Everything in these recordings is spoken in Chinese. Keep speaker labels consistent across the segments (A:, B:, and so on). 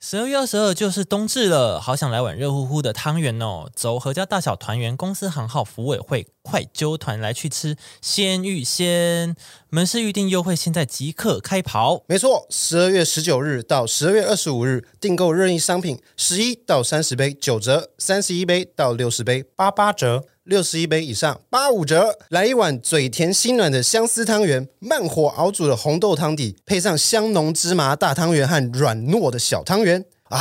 A: 十二月二十二就是冬至了，好想来碗热乎乎的汤圆哦！走合家大小团圆公司行号福委会快揪团来去吃鲜芋仙，门市预定优惠现在即刻开跑！
B: 没错，十二月十九日到十二月二十五日订购任意商品，十一到三十杯九折，三十一杯到六十杯八八折，六十一杯以上八五折。来一碗嘴甜心软的相思汤圆，慢火熬煮的红豆汤底，配上香浓芝麻大汤圆和软糯的小汤圆啊，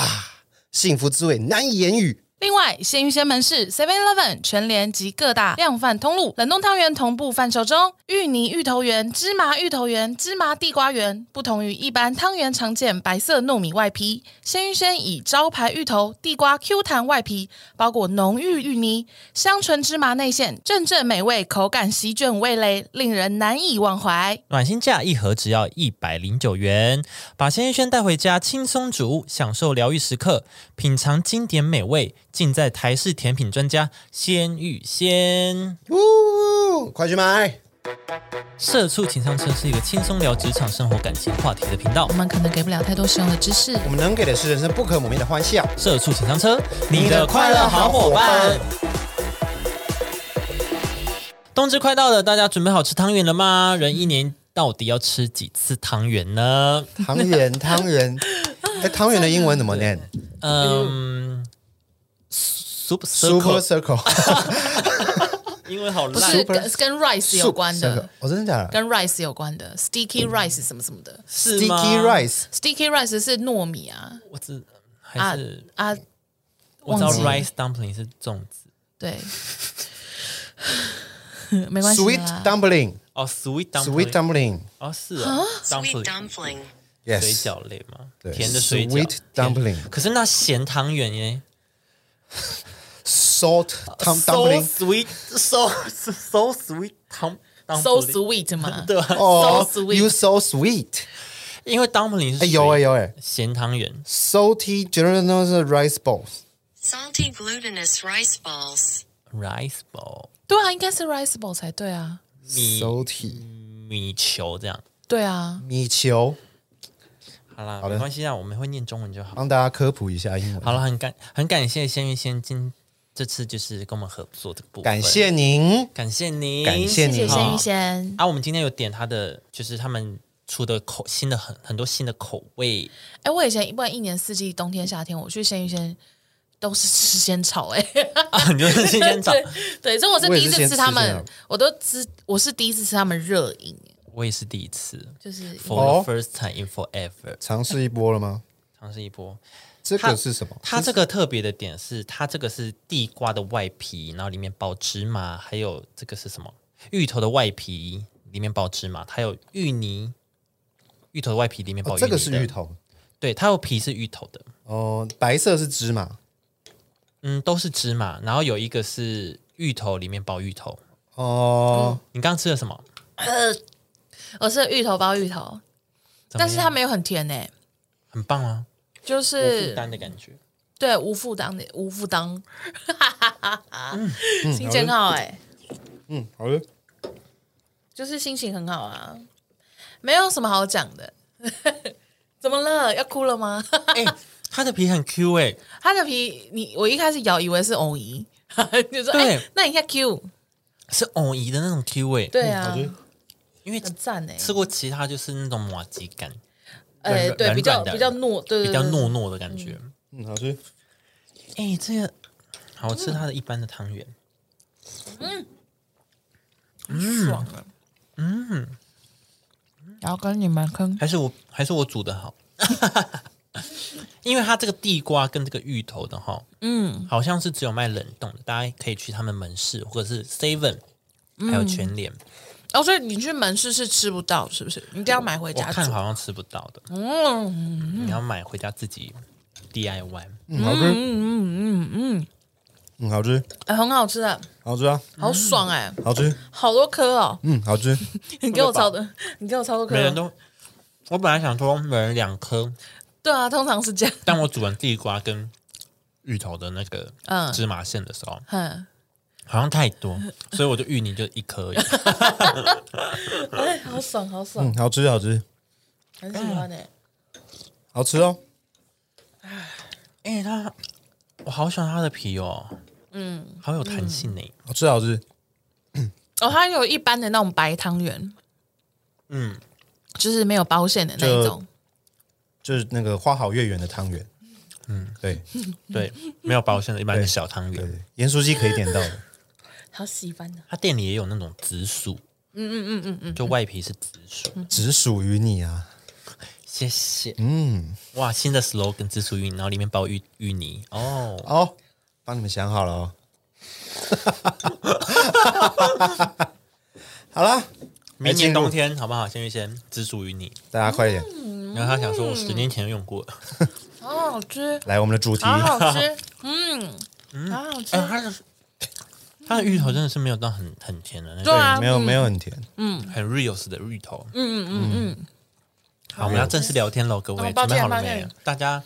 B: 幸福滋味难以言语。
C: 另外，鲜芋仙门市 Seven Eleven 全联及各大量贩通路冷冻汤圆同步贩售中。芋泥芋头圆、芝麻芋头圆、芝麻地瓜圆，不同于一般汤圆常见白色糯米外皮，鲜芋仙以招牌芋头、地瓜 Q 弹外皮包裹浓郁芋泥，香醇芝麻内馅，阵阵美味，口感席卷味蕾，令人难以忘怀。
A: 暖心价一盒只要一百零九元，把鲜芋仙带回家轻松煮，享受疗愈时刻，品尝经典美味，尽在台式甜品专家鲜芋仙。
B: 呜，快去买！
A: 社畜情商车是一个轻松聊职场、生活、感情话题的频道
C: 我。们可能给不了太多实用的知识
B: 我。们能给的是人生不可磨灭的欢笑。
A: 社畜情商车，你的快乐好伙伴。冬至快到了，大家准备好吃汤圆了吗？人一年到底要吃几次汤圆呢？
B: 汤圆，汤圆，哎，汤圆的英文怎么念
A: 嗯，super
B: ？Super
A: circle，
B: Circle，
A: 英文好烂。
C: 不是
B: Super-
C: 跟跟 rice 有关的
B: Circle，，哦，真的假的
C: 跟 rice 有关的 sticky rice 什么什么的。
A: 是吗
B: ？Sticky rice，
C: sticky rice 是糯米啊
A: 我知还
C: 啊
A: 是
C: 啊，
A: 我知道
C: 忘记
A: rice dumpling 是粽子
C: 对，没关系啊
B: Sweet
C: 啦
B: dumpling，sweet
A: 哦，sweet dumpling
B: dumpling，yes，
A: 哦是
C: 啊
A: 哦
D: Sweet
A: dumpling
D: dumpling.
A: 水饺类嘛，
B: 对
A: 甜的水饺
B: Sweet
A: 甜
B: dumpling
A: 可是那咸汤圆耶
B: salt
A: So
C: Uh,
B: tum- dumpling，
A: sweet, so so sweet, tom
C: so
A: dumpling
C: sweet 嘛，
A: 对吧？
B: 哦
C: so
B: ，you
C: sweet，
B: so sweet，
A: 因为 dumpling 是
B: 哎
A: 水
B: 有哎有哎
A: 咸汤圆，
B: ，salty general rice balls，
D: Salty glutinous rice balls.
A: rice ball
C: 对啊，应该是 rice ball 才对啊，
A: 米
B: salty
A: 米球这样。
C: 对啊，
B: 米球，
A: 好啦，
B: 好的
A: 没关系啊，我们会念中文就好。
B: 帮大家科普一下英文。
A: 好了，很感很感谢仙玉仙今这次就是跟我们合作这个部分，
B: 感谢您，
A: 感谢您，
B: 感谢
C: 谢
B: 您
C: 谢
B: 哈
C: 鲜芋仙。
A: 啊！我们今天有点他的，就是他们出的口新的很很多新的口味，
C: 哎，我以前一般一年四季，冬天夏天，我去鲜芋仙都是吃仙草，哎，
A: 啊，你就是新鲜找，
C: 对，这我是
B: 我也
C: 第一
B: 是
C: 次
B: 先
C: 吃
B: 吃
C: 他
B: 仙
C: 们
B: 草，
C: 我都吃，我是第一次吃他们热饮，
A: 我也是第一次
C: 就是
A: ，for
B: 哦
A: the first time in forever，
B: 尝试一波了吗？
A: 尝试一波。
B: 这
A: 它
B: 个是什么？
A: 它这个特别的点是，它这个是地瓜的外皮，然后里面包芝麻，还有这个是什么？芋头的外皮里面包芝麻，还有芋泥，芋头的外皮里面包芋
B: 哦
A: 泥、
B: 这个是芋，头
A: 对，它有皮是芋头的，
B: 哦，白色是芝麻
A: 嗯，都是芝麻，然后有一个是芋头里面包芋头。
B: 哦，
A: 你刚刚吃了什么？
C: 我是芋头包芋头，
A: 怎么
C: 但
A: 样
C: 是它没有很甜哎、
A: 很棒啊，
C: 就
A: 有负
C: 是
A: 担的感觉。
C: 对无负担的无负担，
A: 嗯
C: 心情很好哎、
B: 嗯，好的，
C: 就是心情很好啊，没有什么好讲的。 怎么了？要哭了吗？
A: 哎、它的皮很 Q 哎、
C: 它的皮，你我一开始咬以为是藕泥， 就说
A: 对
C: 哎、那一下 Q，
A: 是藕泥的那种 Q 哎、
C: 对啊
B: 好，的
A: 因为
C: 很赞哎、
A: 吃过其他就是那种麻吉感，
C: 哎、
A: 软
C: 对，
A: 软
C: 比较
A: 软的
C: 比较糯，对对对，
A: 比较糯糯的感觉。
B: 嗯，好吃。
A: 哎、这个好吃，它的一般的汤圆，
C: 很爽啊，嗯，然后跟你们跟
A: 嗯还是我还是我煮的好， 因为它这个地瓜跟这个芋头的哈，嗯，好像是只有卖冷冻的，大家可以去他们门市或者是 Seven，还有全联，
C: 哦，所以你去门市是吃不到，是不是？你一定要买回
A: 我
C: 家
A: 看
C: 煮。
A: 好像吃不到的，
C: 嗯
A: 你要买回家自己 DIY。
B: 嗯，好吃，嗯嗯嗯，好吃，
C: 哎很好吃啊，
B: 好吃啊，
C: 好爽哎、
B: 好吃，
C: 好多颗哦！
B: 嗯，好吃，
C: 你给我超多，你给我超多颗
A: 每人
C: 哦。
A: 都，我本来想说每人两颗，
C: 对啊，通常是这样。
A: 但我煮完地瓜跟芋头的那个
C: 嗯
A: 芝麻馅的时候，
C: 嗯，
A: 好像太多，所以我就芋泥就一颗而已。
C: 哎，好爽，好
B: 嗯
C: 爽，欸
B: 嗯，好吃，好吃，
C: 很喜欢哎、
B: 好吃哦。
A: 哎、它我好喜欢它的皮哦，嗯，好有弹性呢、
B: 好吃好吃，
C: 哦，它有一般的那种白汤圆，嗯，就是没有包馅的那一种。
B: 就是那个花好月圆的汤圆。嗯，对
A: 对，没有保鲜的，一般是小汤
B: 对
A: 圆。，
B: 盐酥鸡可以点到的，
C: 好喜欢啊的，
A: 它店里也有那种紫薯，嗯嗯嗯嗯嗯，嗯就外皮是紫薯。
B: 只属于你啊！
A: 谢谢。嗯，哇，新的 slogan 紫薯芋泥，然后里面包芋芋泥哦。
B: 哦，帮你们想好了哦。好啦，
A: 明年
B: 来进入
A: 冬天好不好？先预先紫薯芋泥。
B: 大家快点
C: 嗯
A: 然后他想说，我十年前用过 了。
C: 好好吃，
B: 来我们的主题。
C: 好好吃，嗯，好好吃
A: 哎、。它的它的芋头真的是没有到很很甜的那
C: 对
A: 种，
C: 啊
B: 对，没有没有很甜，
A: 很 real 的芋头。嗯嗯嗯嗯。好，我们要正式聊天喽，各位，
C: 哦抱
A: 准备
C: 歉
A: 好了
C: 抱
A: 没
C: 歉？
A: 大 家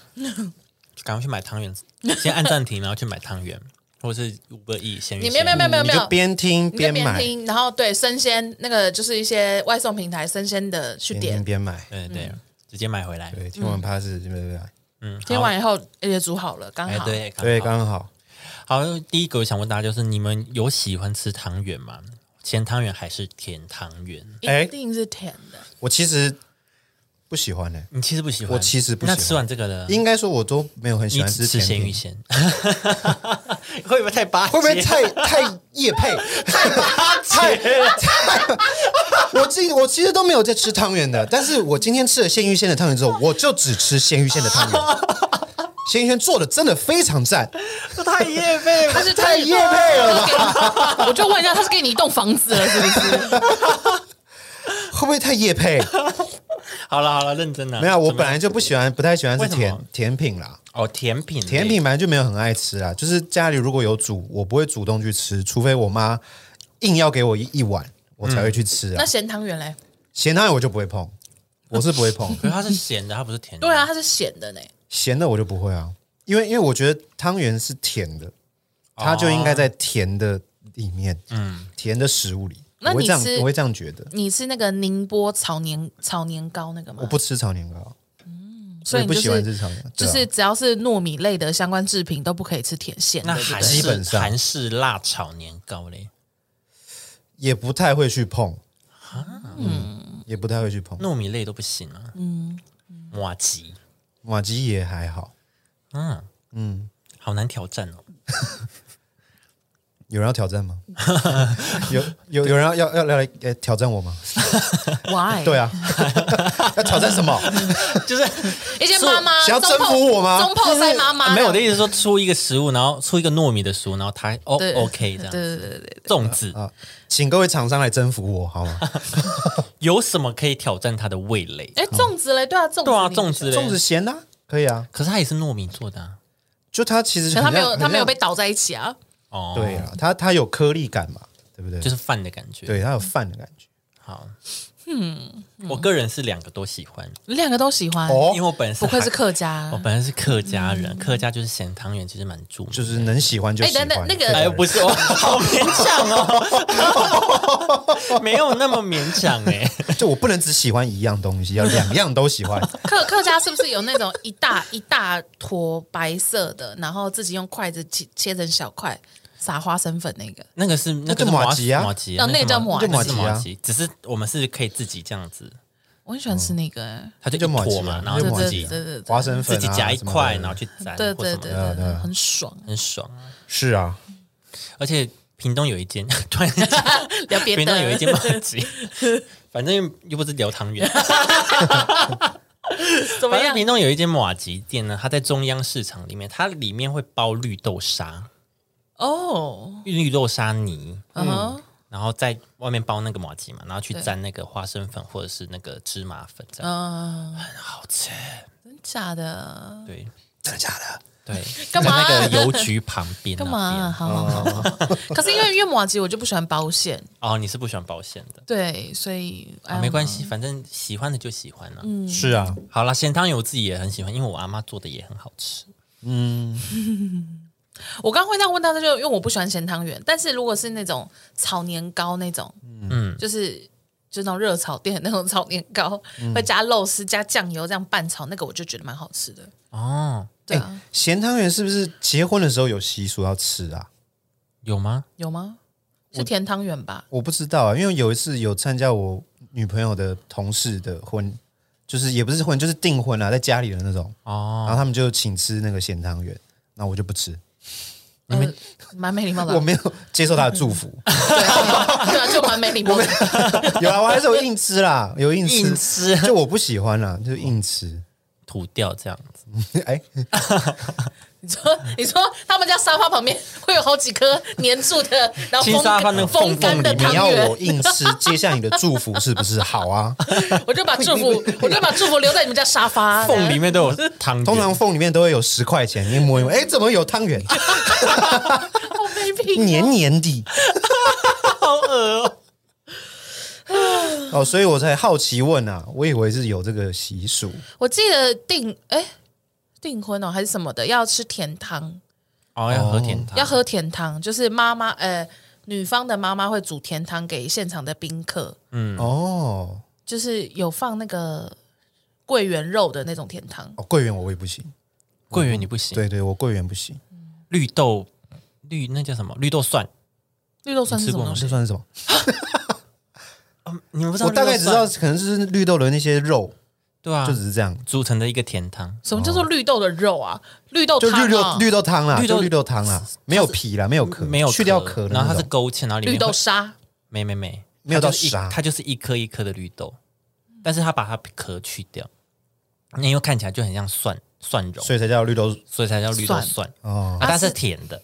A: 赶快去买汤圆，先按暂停，然后去买汤圆，或者是五个亿先。
C: 你没有没有没有没有
B: 你
C: 没有
B: 就，边听
C: 你就
B: 边
C: 边
B: 买，
C: 听，然后对生鲜那个就是一些外送平台生鲜的去
B: 边听
C: 点，
B: 边买。
A: 对对，
C: 嗯
A: 直接买回来。
B: 对，听完 pass 边边买，
A: 嗯，
C: 听
A: 好
C: 完以后也煮好了，刚
A: 哎，
C: 好。
A: 对
B: 对，
A: 刚好
B: 刚好。
A: 好。第一个我想问大家，就是你们有喜欢吃汤圆吗？咸汤圆还是甜汤圆？
B: 哎
C: 一定是甜的，
B: 我其实不喜欢呢，
A: 你其实不喜欢，
B: 我其实不喜
A: 那
B: 欢
A: 吃完这个呢？
B: 应该说我都没有很喜
A: 你
B: 欢
A: 只吃
B: 甜
A: 咸
B: 品
A: 鱼，咸， 会不会太巴结？
B: 会不会太 太夜配？太 太太！我今我其实都没有在吃汤圆的，但是我今天吃了鲜芋仙的汤圆之后，我就只吃鲜芋仙的汤圆。 鲜芋仙做的真的非常赞，
A: 太夜配
C: 它是
B: 太夜配了吧？
C: 我就问一下，他是给你一栋房子了，是不是？
B: 会不会太夜配？
A: 好了好了，认真了。
B: 没有，啊我
A: 怎么
B: 本来就不喜欢，不太喜欢吃
A: 为什么
B: 甜甜品啦。
A: 哦甜品类
B: 甜品本来就没有很爱吃啦，就是家里如果有煮，我不会主动去吃，除非我妈硬要给我一一碗，我才会去吃啊
A: 嗯
C: 那。咸汤圆嘞？
B: 咸汤圆我就不会碰，我是不会碰
A: 可是它是咸的，它不是甜的。
C: 对啊，，它是咸的呢。
B: 咸的，我就不会啊，因为因为我觉得汤圆是甜的，它就应该在甜的里面，嗯，甜的食物里，
C: 那
B: 我
C: 你
B: 会这样
C: 吃，
B: 我会这样觉得。
C: 你是那个宁波炒年炒年糕那个吗？
B: 我不吃炒年糕，
C: 嗯所以
B: 我
C: 你
B: 不
C: 就
B: 喜欢
C: 是
B: 吃炒年糕，
C: 就
B: 对
C: 是
B: 啊
C: 只要是糯米类的相关制品都不可以吃甜咸的，
A: 那
C: 对不
A: 韩
C: 对
B: 基
A: 式
B: 本上
A: 韩式辣炒年糕嘞，
B: 也不太会去碰，嗯，也不太会去碰。
A: 糯米类都不行啊。嗯，麻吉，
B: 马吉也还好，
A: 嗯嗯，好难挑战哦。
B: 有人要挑战吗？有有有人要要要来呃挑战我吗？
C: ？Why？
B: 对啊，要挑战什么？
A: 就是
C: 一些妈妈
B: 想要征
C: 中
B: 服我吗
C: 泡中泡赛妈妈
A: 没有我
C: 的
A: 的意思是说，出一个食物，然后出一个糯米的食物，然后它哦
C: 对
A: OK 这样
C: 对
A: 子。
C: 对对对对，
A: 粽子
B: 啊，请各位厂商来征服我好吗？
A: 有什么可以挑战它的味蕾？
C: 哎，粽子嘞，对啊，粽子
A: 对啊，
C: 你
A: 粽子嘞，
B: 粽子，咸的、啊、可以啊，
A: 可是它也是糯米做的啊。
B: 就它其实
C: 可
B: 很
C: 他没
B: 像
C: 有，
B: 很
C: 他没
B: 像
C: 有被倒在一起啊。
A: 哦，
B: 对啊，它它有颗粒感嘛，对不对？
A: 就是饭的感觉。
B: 对它有饭的感觉。
A: 好，嗯，我个人是两个都喜欢，
C: 你两个都喜欢，
B: 哦
A: 哎因为我本身
C: 不愧是 客家
A: 我。本来是客家人，客家就是咸汤圆，其实蛮著名的。
B: 就是能喜欢就喜欢
C: 哎，等等那个
B: 对
A: 哎，不是，我好勉强哦，没有那么勉强哎。
B: 就我不能只喜欢一样东 西，要两样都喜欢。
A: 啊
C: 客客家是不是有那种一大一大坨白色的，然后自己用筷子切切成小块，撒花生粉那个？
A: 那个是那个
B: 就
A: 麻
B: 麻吉啊
A: 麻吉，
C: 哦那个叫
A: 麻
C: 麻吉
A: 那是麻
B: 麻
A: 吉，只是我们是可以自己这样子，
C: 我很喜欢吃
A: 哦
C: 那个、欸，
A: 它就
B: 就
A: 一
B: 麻吉
A: 坨
B: 啊
A: 嘛，然
B: 就
A: 后
B: 麻
A: 自
C: 对
A: 己
C: 对对对对
B: 花生粉
A: 自
B: 啊
A: 己夹一
B: 什么
A: 块，
B: 的
A: 然后去沾，
C: 对
A: 啊或
C: 对
A: 什么
C: 对
A: 的，嗯
C: 对对，很爽。
A: 很爽。
B: 是啊，
A: 而且屏东有一间， 突然
C: 聊别
A: 屏东
C: 的，
A: 有一间麻吉，反正又不是聊汤圆。
C: 怎么
A: 反正
C: 样？
A: 屏东有一间马吉店呢，它在中央市场里面，它里面会包绿豆沙、
C: 哦，
A: 绿豆沙泥，
C: 嗯哼，
A: 然后在外面包那个马吉嘛，然后去沾那个花生粉或者是那个芝麻粉，这样、啊
C: 嗯，
A: 好吃。
C: 真假的？
A: 对
B: 真的假的？
A: 对，
C: 干嘛
A: 在那个邮局旁边那
C: 干
A: 边？
C: 嘛、好好好好。 可是因为月麻吉，我就不喜欢包馅，
A: 哦，你是不喜欢保险的。
C: 对，所以、哎
A: 啊、没关系，反正喜欢的就喜欢了、
B: 是啊，
A: 好啦，咸汤圆我自己也很喜欢，因为我阿妈做的也很好吃。
C: 系。我刚刚会这样问他，就因为我不喜欢咸汤圆，但是如果是那种炒年糕那种，
A: 嗯，
C: 就是就那种热炒店的那种炒年
A: 嗯
C: 糕，会加肉丝、加酱油这样拌炒，那个我就觉得蛮好吃的。
A: 哦，
C: 对啊，
B: 咸汤圆是不是结婚的时候有习俗要吃啊？
A: 有吗？
C: 有吗？是甜汤圆吧？
B: 我不知道啊，因为有一次有参加我女朋友的同事的婚，就是也不是婚，就是订婚啊，在家里的那种，然
A: 哦，
B: 后他们就请吃那个咸汤圆，那我就不吃，
C: 呃，蛮没礼貌的啊。
B: 我没有接受她的 祝福，
C: 对啊，就蛮没礼貌的。
B: 有啊，我还是有硬吃啦，有硬吃，
A: 硬吃
B: 就我不喜欢啦，就硬吃，
A: 吐掉这样子，
B: 哎，
C: 你说，你说他们家沙发旁边会有好几颗粘住的，然后
A: 青
C: 风
A: 沙发那个
C: 干风干
A: 缝缝
C: 的
A: 里面
C: 汤
B: 你要我
C: 圆，
B: 硬吃，接下你的祝福是不是好啊？
C: 我就把 祝福，我就把祝福留在你们家沙发啊
A: 缝里。面都有汤圆。
B: 通常缝里面都会有十块钱，你摸一摸，哎，怎么有汤圆，
C: 好卑鄙哦
B: 黏黏的，
A: 哦
B: 好恶哦！所以我才好奇问啊，我以为是有这个习俗，
C: 我记得订哎订婚哦还是什么的，要吃甜汤，
A: 哦要喝甜汤，
C: 要喝甜汤，就是妈妈呃女方的妈妈会煮甜汤给现场的宾客，
A: 嗯
B: 哦，
C: 就是有放那个桂圆肉的那种甜汤。
B: 哦，桂圆我也不行，
A: 桂圆你不行，
B: 对对，我桂圆不行，
A: 绿豆绿那叫什么？绿豆蒜，
C: 绿豆蒜是什么东
A: 你吃
C: 西
B: 这算是什么？
A: 你们哦不知道
B: 我
A: 绿豆蒜？
B: 大概只知道可能是绿豆的那些肉，
A: 对啊，
B: 就只是这样，
A: 组成的一个甜汤。
C: 什么叫做绿豆的肉啊？绿豆
B: 就
C: 汤啊
B: 绿豆绿豆汤啦，
A: 绿豆
B: 就绿豆汤啦，没有皮啦，没有壳，
A: 没有
B: 去掉壳的
A: 然后它
B: 那
A: 是
B: 种，
A: 勾芡，然后里面
C: 绿豆
A: 会
C: 沙，
A: 没没没，
B: 没有
A: 它
B: 到
A: 就是一
B: 沙
A: 它就是一颗一颗的绿豆，但是它把它壳去掉，那又看起来就很像蒜蒜蓉，
B: 所以才叫绿豆
A: 所以才叫绿豆
C: 蒜
A: 蒜
B: 哦
A: 啊，但是甜的，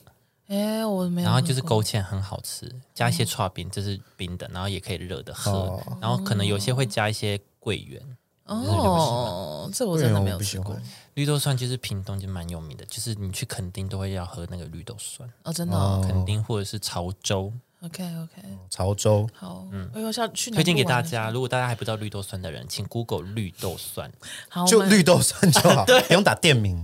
C: 哎，我没有。
A: 然后就是勾芡很好吃，加一些串冰，这是冰的，然后也可以热的喝
B: 哦，
A: 然后可能有些会加一些桂圆。
C: 哦，这我
B: 桂
C: 真
B: 圆
C: 的没
B: 哎
C: 有
B: 啊我不喜
C: 吃过
B: 欢。
A: 绿豆蒜就是屏东就蛮有名的，就是你去垦丁都会要喝那个绿豆蒜，
C: 哦，真的哦。
A: 垦丁或者是潮州，
C: OK OK，
B: 潮州
C: 好，哎呦，下去南部
A: 推荐给大
C: 玩了
A: 家。如果大家还不知道绿豆蒜的人，请 Google 绿豆蒜。
C: 好，
B: 就
C: 我们
B: 绿豆蒜就好，不用打店名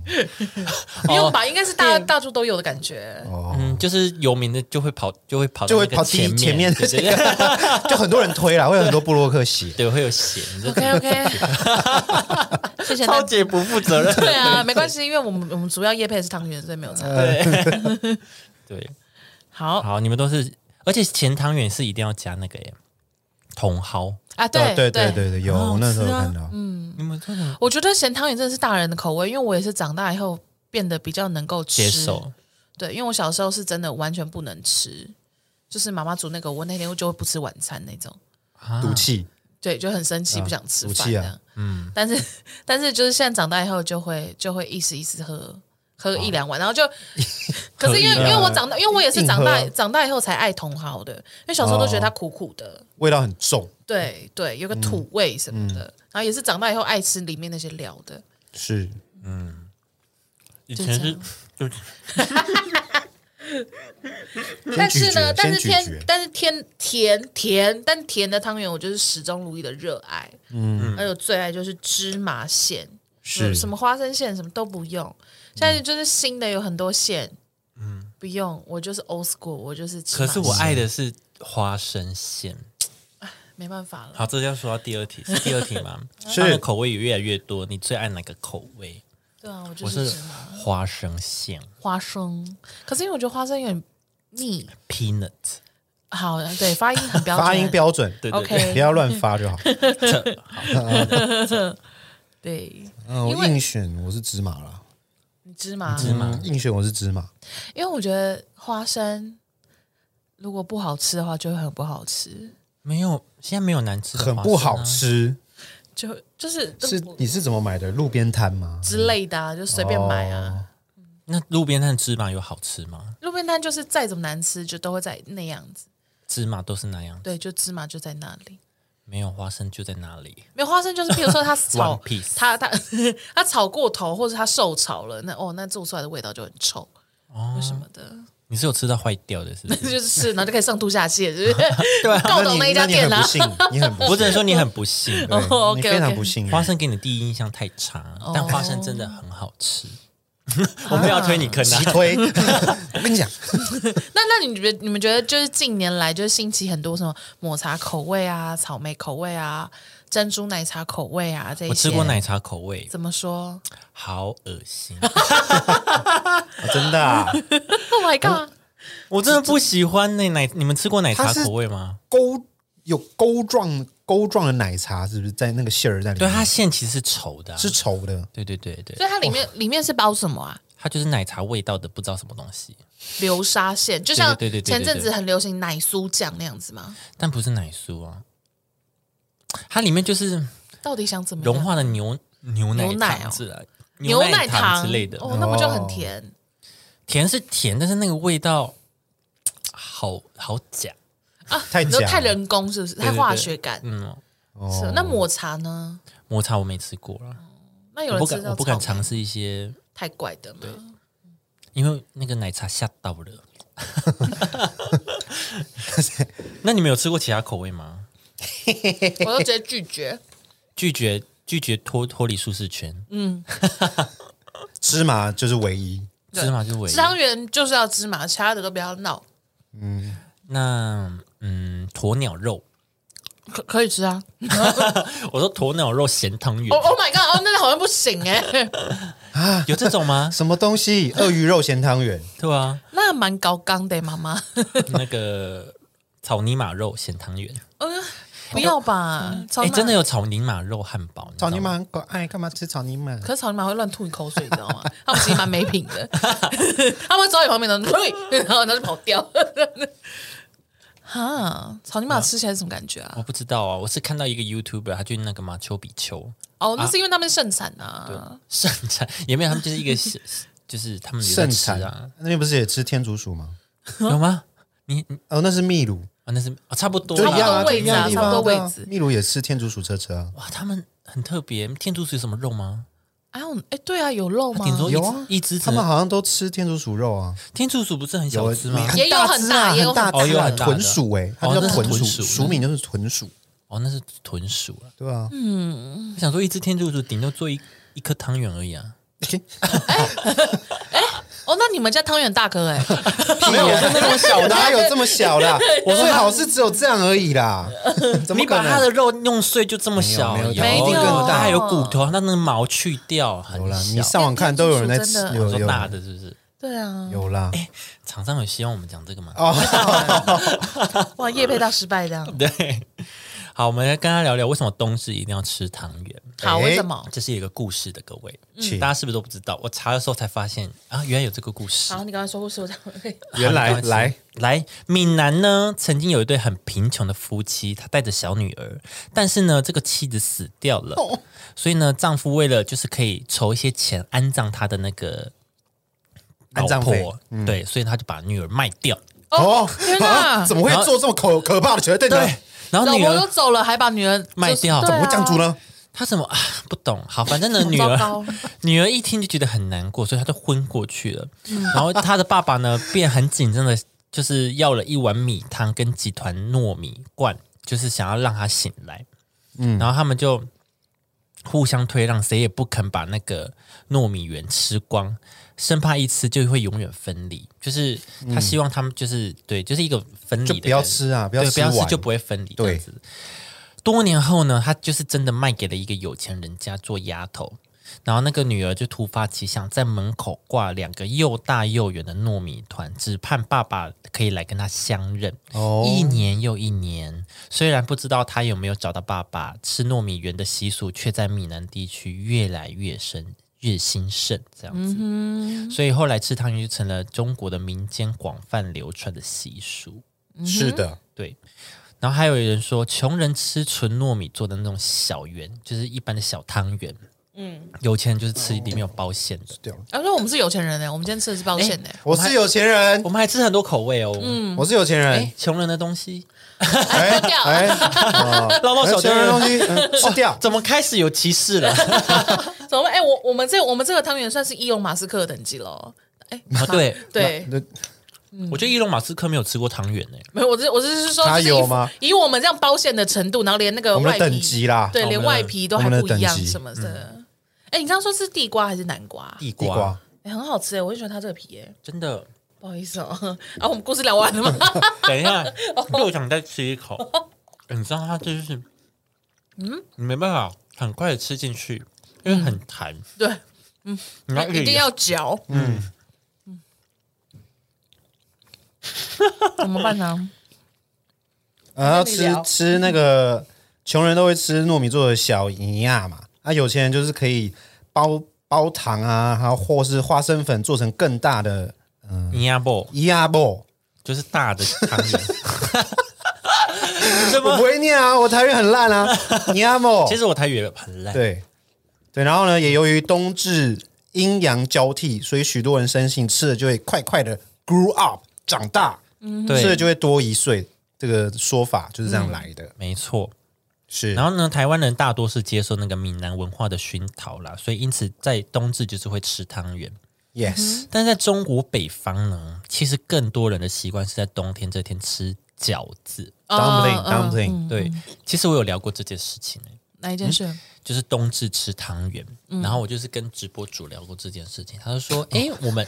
C: 不用吧，应该是大大猪都有的感觉。
B: 哦。
A: 嗯，就是有名的就会跑，就会跑到
B: 就会
A: 那个
B: 跑第一前面
A: 面
B: 的
A: 对
B: 这
A: 对
B: 个
A: 对，
B: 就很多人推啦，会有很多布洛克写。
A: 对会有血，你 这
C: OK OK，谢 谢大
A: 超
C: 家。
A: 级不负责任。
C: 对啊，没关系，因为我们我们主要叶配是汤圆，所以没有差。
A: 对，
C: 好
A: 好，你们都是，而且咸汤圆是一定要加那个耶，茼蒿。
C: 啊，
B: 哦对
C: 对
B: 对对对，有
A: 好好
B: 我那时候
A: 吃
B: 有
A: 啊
B: 看到，
A: 你们做什么？
C: 我觉得咸汤圆真的是大人的口味，因为我也是长大以后变得比较能够吃
A: 接受
C: 对，因为我小时候是真的完全不能吃，就是妈妈煮那个，我那天就会不吃晚餐那种。
A: 啊
B: 赌气
C: 对，就很生气，不想吃
B: 赌
C: 饭
B: 气
C: 这
B: 啊
C: 样。嗯，但是但是就是现在长大以后，就会就会一时一时喝喝一两碗，然后就可是因为因为我长大，因为我也是
B: 啊硬
C: 长大
B: 喝哦
C: 长大以后才爱茼蒿的，因为小时候都觉得它苦苦的，
B: 味道很重，
C: 对对，有个土
B: 嗯
C: 味什么的，然后也是长大以后爱吃里面那些料的。
B: 是
A: 以前是就
C: 嗯但是呢，
B: 先
C: 但是
B: 咀
C: 天
B: 嚼，
C: 但是天甜甜，但甜的汤圆我就是始终如一的热爱。嗯，还有最爱就是芝麻馅，
B: 是
C: 什么花生馅什么都不用。现在就是新的有很多馅，嗯，不用，我就是 old school，我就是芝麻
A: 可
C: 馅。
A: 是我爱的是花生馅。
C: 没办法了，
A: 好，这就要说到第二题，是第二题吗？
B: 是
A: 它的口味也越来越多，你最爱哪个口味？
C: 对啊，我就
A: 我
C: 是
A: 是
C: 芝麻
A: 花生馅
C: 花生。可是因为我觉得花生有点腻，
A: （peanut）。
C: 好，对，发音很标准，
B: 发音标准，
A: 对对对，
C: OK，
B: 不要乱发就好。
C: 对，
B: 嗯，
C: 因
B: 我
C: 为
B: 硬选我是芝麻啦，
C: 你芝麻，
A: 芝麻
B: 嗯，硬选我是芝麻，
C: 因为我觉得花生如果不好吃的话，就会很不好吃，
A: 没有，现在没有难吃的
B: 很
A: 花
B: 不
A: 生啊
B: 好吃。
C: 就就是
B: 是你是怎么买的？路边摊吗？
C: 之类的啊，就随便买
A: 哦
C: 啊。
A: 那路边摊的芝麻有好吃吗？
C: 路边摊就是再怎么难吃，就都会在那样子。
A: 芝麻都是那样，
C: 对，就芝麻就在那里，
A: 没有花生就在那里。
C: 没有花生就是，譬如说它炒
A: One piece
C: 它它 它炒过头，或者它受潮了，那哦那做出来的味道就很臭。
A: 哦
C: 为什么的？
A: 你是有吃到坏掉的，是不是？
C: 就是吃，然后就可以上吐下泻，是不是？
A: 对啊
C: 告
B: 那
C: 懂
B: 你
C: 一家
B: 那你
C: 店
B: 很
C: 啊
B: 不。幸，你很不
A: 我只能
B: 幸，
A: 说你很不幸，
B: 对
C: 哦
B: 你
C: OK，OK
B: 非常不幸。
A: 花生给你第一印象太差，但花生真的很好吃。 我没有要推你坑
B: 急
A: 啊，
B: 推，我跟你讲，
A: 哦
C: 那那你觉得你们觉得就是近年来就是兴起很多什么抹茶口味啊、草莓口味啊、珍珠奶茶口味啊这一些？
A: 我吃过奶茶口味，
C: 怎么说？
A: 好恶心。
B: 真的、 啊、
C: Oh my god！
A: 我真的不喜欢那奶。你们吃过奶茶
B: 它是嗯
A: 口味吗？
B: 沟有沟状沟状的奶茶，是不是在那个馅儿在里
A: 对，
B: 面？
A: 它馅其实是稠的啊、
B: 是稠 的，
A: 对对对对，
C: 所以它里面里面是包什么啊？
A: 它就是奶茶味道的，不知道什么东西，
C: 流沙馅，就像
A: 对对对对对
C: 前阵子很流行奶酥酱那样子吗？
A: 但不是奶酥啊。它里面就是
C: 到底想怎么样
A: 融化的牛牛奶
C: 牛奶
A: 糖
C: 哦
A: 之类、
C: 牛
A: 奶
C: 糖
A: 之类的，
C: 哦，那不就很甜？
A: 甜是甜，但是那个味道好好假。
B: 太
C: 你说
B: 假
C: 太人工是不是？
A: 对
C: 太
A: 对
C: 化学感？
A: 嗯，
C: 是哦那抹茶呢？
A: 抹茶我没吃过啦，
C: 那有
A: 我
C: 人
A: 不
C: 吃
A: 敢
C: 到
A: 我不敢
C: 草莓
A: 尝试一些，
C: 太怪的吗？
A: 因为那个奶茶吓到 了。那你们有吃过其他口味吗？
C: 我就直接拒绝。
A: 拒绝拒绝脱脱离舒适圈，
C: 嗯
B: 芝麻就是唯一。
C: 对
A: 芝麻就是唯一。
C: 汤圆就是要芝麻，其他的都不要闹。
A: 那嗯，鸵鸟肉，
C: 可可以吃啊
A: 我说鸵鸟肉咸汤圆
C: ！Oh Oh my god！哦，那个好像不行哎、
A: 有这种吗？
B: 什么东西？鳄鱼肉咸汤圆，
A: 对啊，
C: 那蛮高纲的、妈妈。
A: 那个草泥马肉咸汤圆，
C: 嗯，不要吧，草
A: 哎、
C: 泥马
A: 真的有草泥马肉汉堡，你知道
B: 草
A: 吗
B: 泥马很可爱，干嘛吃草泥马？
C: 可是草泥马会乱吐你口水，你知 道吗？他们其实蛮没品 的，他们会走到你旁边的，对，然后他就跑掉。 哈，草泥马吃起来是什么感觉啊？
A: 我不知道啊，我是看到一个 YouTuber，他去那个马丘比丘
C: 哦，那是因为他们盛产啊。
A: 盛产，也没有他们就是一个 是就是他们有在
B: 盛
A: 吃
B: 产
A: 啊，
B: 那边不是也吃天竺鼠吗？
A: 有吗？你你
B: 哦，那是秘鲁，
A: 啊，那是啊，差不多
B: 就
A: 啦
B: 一样
C: 差
B: 啊，就
C: 不多位
B: 一
C: 置啊
B: 样的地方
C: 差不多
B: 对啊
C: 位置
B: 秘鲁也吃天竺鼠车车啊，
A: 哇，他们很特别，天竺鼠有什么肉吗？
C: 哎呦，哎，对啊，有肉吗？
A: 顶多一
B: 有啊
A: 只一只只
B: 他
A: 能，
B: 们好像都吃天竺鼠肉啊，
A: 天竺鼠不是很小
B: 有
A: 只吗？
C: 也有很
B: 只
C: 大
B: 啊，
C: 也有
B: 很大
A: 很大
B: 只啊
A: 哦有很大的
B: 豚鼠哎，它
A: 哦
B: 叫
A: 那是
B: 豚
A: 豚鼠
B: 鼠，鼠名就是豚鼠，
A: 哦，那是豚鼠啊。
B: 对啊，
A: 我想说，一只天竺鼠顶多做一一颗汤圆而已啊。
C: 哦，那你们家汤圆大哥哎，
B: 没有那么小的，哪有这么小的啊？我最好是只有这样而已啦，怎么
A: 你
B: 可
A: 把它
B: 能
A: 的？肉弄碎就这么小，
B: 没有没有
C: 没有一定更大
A: 它还有骨头，它那个毛去掉很
B: 有啦，
A: 小
B: 你上网看都有人在吃
C: 天竺，鼠真的
B: 有
A: 说
B: 有
A: 大的是不是？
C: 对啊，
B: 有啦，
A: 厂商有希望我们讲这个吗？
C: 哇，夜配到失败这样。
A: 对。好，我们来跟他聊聊为什么冬至一定要吃汤圆。哦
C: 好，
B: 哎
C: 为什么？
A: 这是一个故事的，各位，
B: 请
A: 大家是不是都不知道？我查的时候才发现啊，原来有这个故事。
C: 好，你刚才说过是我汤圆，
B: 原来来
A: 来，闽南呢，曾经有一对很贫穷的夫妻，他带着小女儿，但是呢，这个妻子死掉了，
B: 哦
A: 所以呢，丈夫为了就是可以筹一些钱安葬他的那个老
B: 安葬费嗯
A: 婆，对，所以他就把女儿卖掉，
B: 哦
C: 天哪
B: 啊怎么会做这么可可怕的决啊定呢？
A: 对，然后
C: 老
A: 女
C: 婆都
A: 儿
C: 走了，还把女儿就是
A: 卖掉
C: 对
A: 怎
B: 怎
C: 啊
B: 么会这样做呢？
A: 她怎么啊不懂？好，反 正呢，女
C: 糟
A: 儿
C: 糕
A: 女儿一听就觉得很难过，所以她就昏过去了。
C: 嗯
A: 然后她的爸爸呢，便很紧张的，就是要了一碗米汤跟几团糯米罐，就是想要让她醒来。嗯，然后他们就互相推让，谁也不肯把那个糯米圆吃光，生怕一吃就会永远分离。就是他希望他们就是、对，就是一个分离的
B: 嗯就
A: 感觉，
B: 不要吃啊不要
A: 对
B: 吃
A: 不要吃
B: 完
A: 就不会分离。
B: 对
A: 这样子。多年后呢，他就是真的卖给了一个有钱人家做丫头。然后那个女儿就突发奇想，在门口挂两个又大又圆的糯米团，只盼爸爸可以来跟她相认。
B: 哦
A: 一年又一年，虽然不知道她有没有找到爸爸，吃糯米圆的习俗却在闽南地区越来越深、越兴盛，这样子。
B: 嗯
A: 所以后来吃汤圆就成了中国的民间广泛流传的习俗。
B: 是的，
A: 对。然后还有人说，穷人吃纯糯米做的那种小圆，就是一般的小汤圆。嗯，有钱人就是吃里面有包馅的。
B: 掉了。
C: 啊，说我们是有钱人呢，我们今天吃的是包馅呢。
B: 我是有钱人
A: 我，们还吃很多口味哦。嗯，
B: 我是有钱人
A: 哎，，穷人的东西，
B: 哎
C: 掉
B: 哎，哦
A: 捞到
B: 哎
A: 手
B: 钱
A: 的
B: 人的东
A: 人，
B: 西嗯吃掉，
A: 怎么开始有歧视了？
C: 怎么办？哎，我我们这我们这个汤圆算是伊隆马斯克的等级了。哎，
A: 啊对
C: 对，
B: 那
A: 我觉得伊隆马斯克没有吃过汤圆呢。
C: 没有，我这我只是说，
B: 他
C: 就是
B: 有
C: 以
B: 吗
C: 以我们这样包馅的程度，然后连那个
B: 我们
C: 外
B: 的
C: 皮
B: 等级啦
C: 对，
A: 我们
C: 连
A: 的
C: 外皮都还
B: 我们的
C: 不一样
B: 等级嗯
C: 什么的。哎，你刚刚说是地瓜还是南瓜？
A: 地
B: 地瓜
A: 瓜，
C: 哎，很好吃哎，我很喜欢它这个皮哎。
A: 真 的，
C: 不好意思哦， 啊，我们故事聊完了吗？
B: 嗯
A: 等一 下，又想再吃一口。哎你知道它就是，嗯，你没办法很快的吃进去，因为很弹。
C: 对，
A: 你要
C: 一定要嚼。嗯， 怎么办呢？
B: 然后
C: 跟
B: 嗯
C: 你
B: 吃
C: 聊
B: 吃那 个穷人都会吃糯米做的小泥亚嘛，啊，有钱人就是可以包包糖啊，还有或是花生粉做成更大的
A: 尼亚布
B: 伊 亚布。
A: 就是大的汤圆。什
B: 我
A: 么
B: 不？会念啊，我台语很 烂啊，尼亚布。
A: 其实我台语也很烂。
B: 对对，然后呢，也由于冬至阴阳交替，所以许多人深信吃了就会快快的 grow up 长大，吃了
A: 对，
B: 就会多一岁，这个说法就是这样来的。
A: 没错。嗯
B: 是，
A: 然后呢，台湾人大多是接受那个闽南文化的熏陶啦，所以因此在冬至就是会吃汤圆。
B: yes，
A: 但是在中国北方呢，其实更多人的习惯是在冬天这天吃饺子。
B: Dumpling，
C: 嗯
B: dumpling
C: 嗯
A: 对，其实我有聊过这件事情、欸、
C: 哪一件事？
A: 就是冬至吃汤圆，然后我就是跟直播主聊过这件事情，他就说：“哎、我们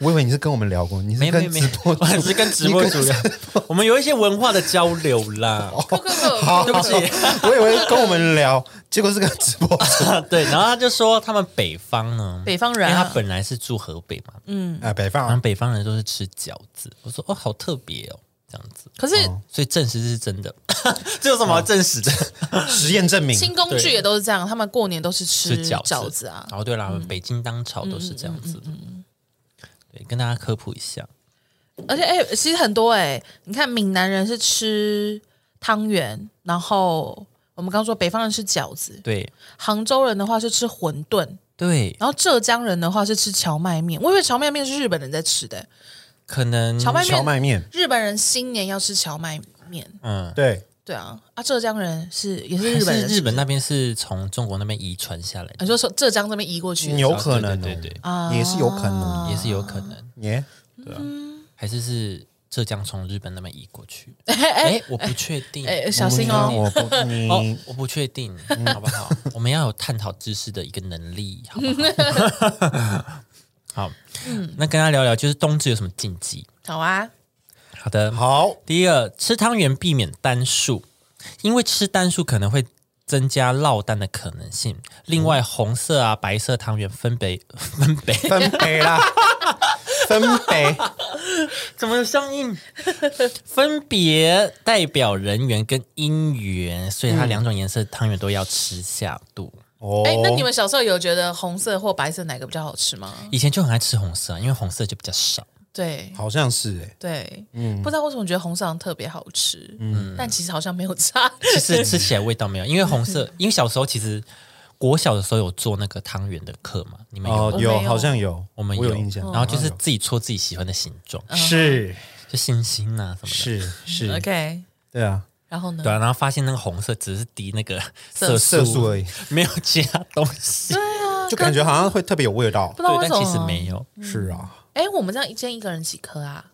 B: 我以为你是跟我们聊过，你是
A: 没没
B: 跟
A: 没
B: 直播，
A: 我 只是跟直播主哦聊， 我们有一些文化的交流啦。
C: 不不不
B: 好，
A: 对不起，
B: 我以为跟我们聊，结果是跟直播。
A: 啊对，然后他就说他们北方呢，
C: 北方
A: 因
C: 人
A: 为
C: 啊嗯
A: 他本来是住河北嘛，
B: 啊，北
A: 然后
B: 方
A: 北方人都是吃饺子。我说哦，好特别哦，这样子，
C: 可是
A: 所以证实是真的， 这有什么好证实的？
C: 哦
B: 实验证明，
C: 新工具也都是这样，他们过年都是吃
A: 吃饺
C: 饺子啊。嗯
A: 哦，对啦，我们北京当朝都是这样子的。对，跟大家科普一下，
C: 而且哎、其实很多哎、你看闽南人是吃汤圆，然后我们刚说北方人吃饺子，
A: 对
C: 杭州人的话是吃馄饨，
A: 对，
C: 然后浙江人的话是吃荞麦面。我以为荞麦面是日本人在吃的、
A: 可能
C: 荞麦面
B: 荞麦面，
C: 日本人新年要吃荞麦面，
A: 嗯。
B: 对，
C: 对啊，啊，浙江人是也是
A: 还
C: 日本
A: 是
C: 人，
A: 日本那边是从中国那边遗传下来的
C: 你，说说浙江这边移过去，
B: 有可能哦，
A: 对对对
C: 啊
B: 也是有可能，哦
A: 也是有可能，
B: 耶，
A: 还是是浙江从日本那边移过 去？
C: 哎哎
A: 哎，我不确定，
C: 哎小心哦
B: 我 不，
A: 哦
B: 你，
A: 我不确 定，好不好？我们要有探讨知识的一个能力，好不 好？好，
C: 嗯
A: 那跟大家聊聊，就是冬至有什么禁忌？
C: 好啊，
A: 好的，
B: 好，
A: 第二，吃汤圆避免单数，因为吃单数可能会增加落单的可能性。另外，红色啊、白色汤圆分别 分别
B: 分北啦，分 北，
A: 怎么有相应？分别代表人缘跟姻缘，所以它两种颜色汤圆都要吃下肚。
B: 哦，
C: 哎、那你们小时候有觉得红色或白色哪个比较好吃吗？
A: 以前就很爱吃红色，因为红色就比较少。
C: 对。
B: 好像是哎，
C: 对，不知道为什么觉得红色好像特别好吃，嗯，但其实好像没有差，
A: 其实吃起来味道没有，因为红色， 因为小时候其实国小的时候有做那个汤圆的课嘛，你们有吗？
B: 哦，
C: 我
B: 有，
C: 没有嗯
B: 好像有，
A: 我们
B: 我有印象，
C: 哦
B: 哦
A: 然后就是自己搓自己喜欢的形状，
B: 是
A: 就星星啊什么的。
B: 是是，
C: OK，
B: 对啊，
C: 然后呢？
A: 对啊，然后发现那个红色只是滴那个
C: 色
A: 色
B: 色素而已，
A: 没有其他东西。
C: 啊
B: 就感觉好像会特别有味道
C: 不，知
A: 对，
C: 道为
A: 但
C: 什么。
A: 其实没。有。
B: 是啊，
C: 哎，我们这样一天一个人几颗啊？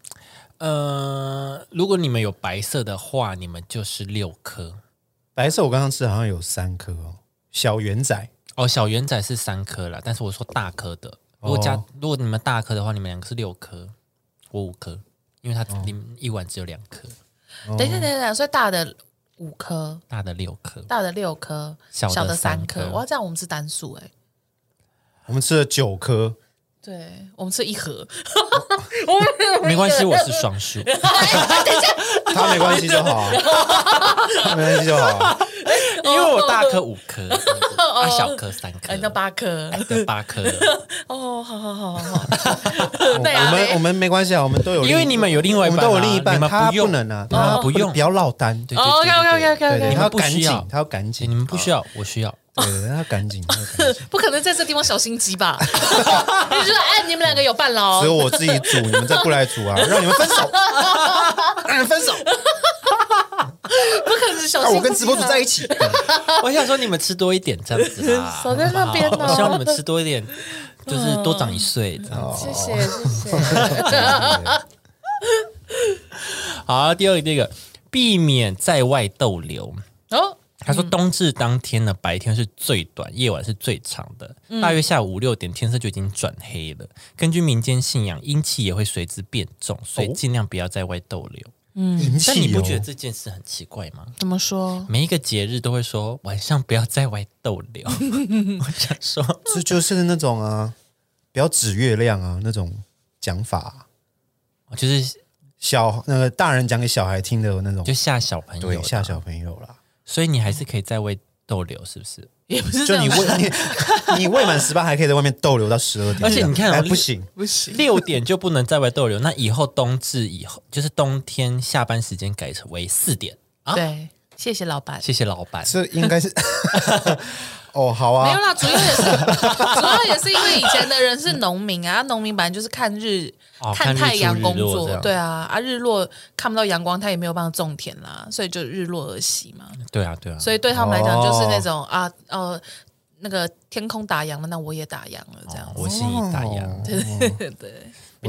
A: 呃，如果你们有白色的话，你们就是六颗。
B: 白色我刚刚吃好像有三颗哦，小圆仔，
A: 哦，小圆仔是三颗啦，但是我说大颗的，如果加、
B: 哦
A: 如果你们大颗的话，你们两个是六颗，我五颗，因为它
B: 哦
A: 里面一碗只有两颗，
C: 等一下，等一下，所以大的五颗，
A: 大的六颗。
C: 大的六颗，
A: 小的
C: 的
A: 三
C: 颗。
A: 颗
C: 哇，这样我们是单数哎。
B: 我们吃了九颗，
C: 对，我们吃一盒。
A: 没关系，我是双数。
B: 他没关系就好，他没关系就好，啊
A: 因为我大颗五颗，啊小颗三颗
C: 哎，，那八颗。
A: 对八颗，
C: 哦，好好好好好。
B: 我
C: 对啊，
B: 们我
C: 对
B: 们没关系啊，我们都有另一，
A: 因为你们有另外
B: 我
A: 一
B: 们
A: 半啊，
B: 都有另一半，
A: 你们
B: 他
A: 不用
B: 能啊，
A: 你们
B: 他
A: 不用
B: 不，要落单，对
A: 对对对
C: OK OK
B: 对
C: OK
B: 对，
A: 你
B: 他
C: OK，
A: 们
B: 要
A: 不
B: 赶
A: 需
B: 紧
A: 要，
B: 他要赶
A: 对
B: 紧
A: 你，们不需要，我需要。
B: 对，他要赶紧，他要 赶紧。
C: 不可能在这地方小心机吧？你就说哎，你们两个有伴
B: 只
C: 喽
B: 有。我自己煮，你们再不来煮啊，让你们分手，让你们分手，
C: 不可能是小
B: 让啊
C: 心机。啊
B: 我跟直播主在一。 起。
A: 我想说你们吃多一点这样子 啦，
C: 少在那边哦
A: 好不好我希望你们吃多一点，就是多长一岁这样子。
C: 谢谢谢谢。
A: 好，第二个这个，避免在外逗留。
C: 哦，
A: 他说，冬至当天呢，白天是最短，夜晚是最长的，大约下午五六点，天色就已经转黑了。根据民间信仰，阴气也会随之变重，所以尽量不要在外逗留。
B: 引
A: 哦嗯但你
B: 起
A: 不
B: 哦，
A: 觉得这件事很奇怪吗？
C: 怎么说？
A: 每一个节日都会说晚上不要在外逗留。 我想说，
B: 这就是那种啊，不要指月亮啊那种讲法啊，
A: 就是
B: 小那个大人讲给小孩听的那种
A: 就，吓小朋友
B: 对，
A: 的
B: 吓，小朋友啦。
A: 所以你还是可以在外逗留，是不是？
C: 也不是
B: 就
C: 这
B: 你
C: 样吧
B: 未你你未满十八还可以在外面逗留到十二点，
A: 而且你看哦
B: 哎
A: 你
B: 不行，
C: 不行，
A: 六点就不能在外逗留，那以后冬至以后就是冬天下班时间改成为四点啊。
C: 对，谢谢老板。
A: 谢谢老板，
B: 这 应该是哦，好
C: 没
B: 啊，
C: 有啦，主要也是主要也是因为以前的人是农民啊，农民本来就是看日、
A: 哦看
C: 看
A: 日
C: 太
A: 出
C: 阳
A: 日
C: 工
A: 落
C: 作
A: 这，样
C: 对啊，啊日落看不到阳光，他也没有办法种田啦，所以就日落而息嘛。
A: 对啊对啊，
C: 所以对他们来讲就是那种、啊呃那个天空打烊了，那我也打烊了这样
A: 哦
C: 子。
A: 我心已大扬。
C: 哦对对，比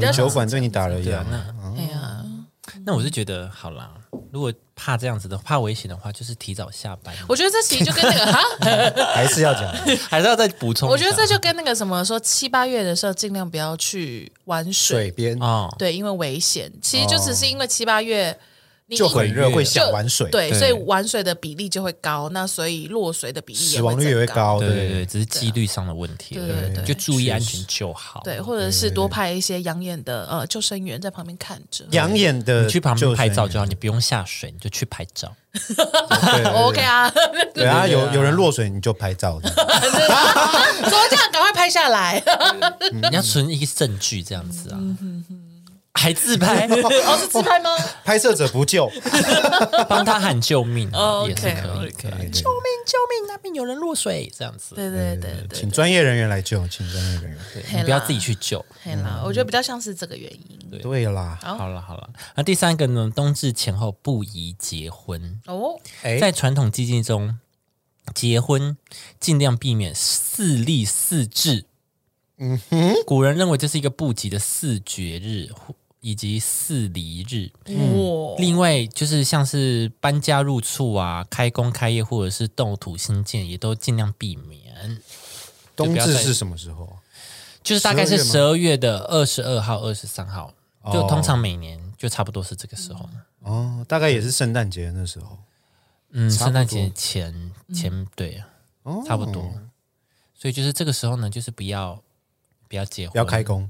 B: 我
C: 较
B: 的
C: 少
B: 酒馆对你打了一
A: 对啊
B: 样，，
A: 那
C: 哎呀，
A: 那我是觉得好啦，如果怕这样子的怕危险的话，就是提早下班，
C: 我觉得这其实就跟那个哈，
B: 还是要讲。
A: 还是要再补充一下。
C: 我觉得这就跟那个什么说七八月的时候尽量不要去玩水，
B: 水边
A: 哦，
C: 对，因为危险。其实就只是因为七八月你
B: 哦就很热，
A: 就
B: 会想玩水，
C: 对，
A: 对
C: 所以玩水的比例就会高，那所以落水的比例
B: 死亡率也会
C: 会增。
B: 高，
A: 对对对，只是几率上的问题而已，
C: 啊对对对
A: 就注意安全就好。
C: 对，或者是多派一些养眼的呃救生员在旁边看着。
B: 养眼的
A: 你去旁边拍照
B: 就
A: 就好，你不用下水，你就去拍照。
B: 对对对
C: OK 啊，
B: 对啊，
A: 对对对
B: 有有人落水你就拍照，
C: 怎么这样？赶快拍下来！ 嗯
A: 你要存一个证据这样子啊，还自拍
C: 哦，是自拍 吗
B: 拍摄者不救，
A: 帮他喊救命啊，
C: 哦
A: 也是可以
C: OK，OK
A: 的。救命！救命！那边有人落水，这样子，
C: 对对对对，
B: 请专业人员来救，请专业人员。
A: 对
C: 嘿啦
A: 你不要自己去救。
C: 对啦，我觉得比较像是这个原因
B: 对啦，
C: 好
A: 哦好了好了，那第三个呢？冬至前后不宜结婚，
C: 哦。
B: 哎
A: 在传统寂静中，结婚尽量避免四立四至。嗯哼，古人认为这是一个不吉的四绝日或以及四离日。
B: 嗯
C: 哇，
A: 另外，就是像是搬家入厝啊、开工开业或者是动土兴建，也都尽量避免。
B: 冬
A: 就不
B: 至
A: 要再
B: 是什么时候？啊
A: 就是大概是
B: 12
A: 十二月的二十二号、二十三号，
B: 哦
A: 就通常每年就差不多是这个时候。
B: 哦，大概也是圣诞节那时
A: 哦
B: 候。
A: 嗯，
B: 差不
A: 圣
B: 多
A: 诞节前
C: 嗯
A: 前对，啊
B: 哦
A: 差不多。所以就是这个时候呢，就是不要不要结婚，
B: 不要开工。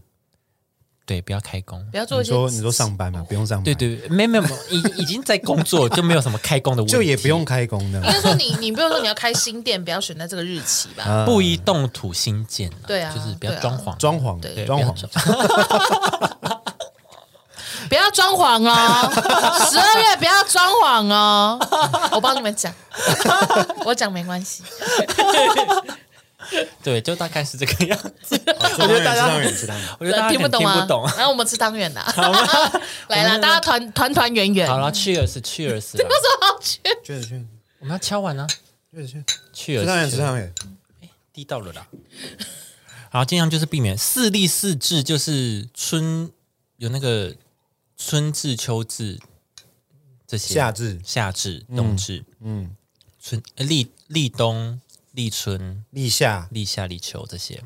A: 对，不要开工。
C: 不要做
B: 你
C: 一些哦
B: 说你说上班嘛，不用上班，
A: 对，对，没没有，没 有已已经在工作，就没有什么开工的问题，
B: 就也不用开工
C: 应
B: 的。
C: 该说你，你不要说你要开新店，不要选在这个日期吧。
B: 啊
A: 嗯不宜动土兴建、啊，
C: 对啊
A: 就是不要
C: 对啊
A: 装潢，
B: 装潢
C: 对，
B: 装
A: 不
B: 潢
A: 要，装
C: 不要装 潢哦，十二月不要装潢哦。我帮你们讲， 我讲没关系。
A: 对，就大概是这个样子。
B: 我
A: 觉得 大家
B: 知道
A: 我觉得大家可
C: 听不
A: 能
C: 懂啊
A: 听
C: 吗？
A: 不懂。啊
C: 然后我们吃汤圆的，啊 来啦，大家团团团圆圆。
A: 好了，Cheers Cheers，啦
C: 有什么好去？
B: 确实确实
A: 我们要敲完啊
B: 确实确实，知道人知
A: ，Cheers，
B: 道人，
A: 低到了啦。好，尽量就是避免四立四至，就是春有那个春至、秋至这些
B: 夏至
A: 夏至、冬至，嗯，春呃立立冬、立春、
B: 立夏，
A: 立夏、立秋这些，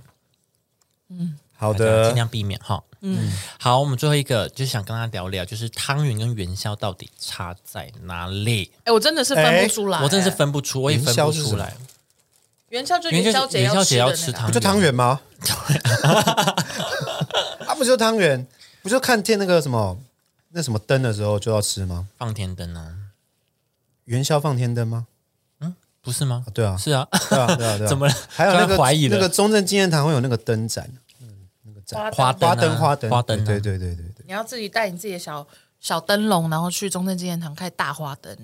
B: 好
A: 大家尽
B: 的，
A: 量避免哈。嗯，好，我们最后一个就想跟大家聊聊，就是汤圆跟元宵到底差在哪里？
C: 哎， 我真的是分不出来，
A: 哎我真的是分不出，我也分
B: 元宵
A: 不
B: 是
A: 出
B: 什么
A: 来。
C: 元宵就
A: 元
C: 宵
A: 宵
C: 节
A: 元宵节要
C: 吃
A: 吃
C: 的那
A: 汤
C: 个
B: 不就汤 圆吗？啊，不就汤圆？不就看见那个什么那什么灯的时候就要吃吗？
A: 放天灯啊，
B: 元宵放天灯吗？
A: 不是吗
B: 啊？对啊，
A: 是啊，
B: 对啊，对啊，对 啊。
A: 怎么了？
B: 还有那个
A: 突然怀疑了
B: 那个中正纪念堂会有那个灯展，
A: 花灯
B: 花
A: 啊
B: 灯花灯
A: 花灯啊
B: 对对对对对。
C: 你要自己带你自己的小小灯笼，然后去中正纪念堂开大花灯。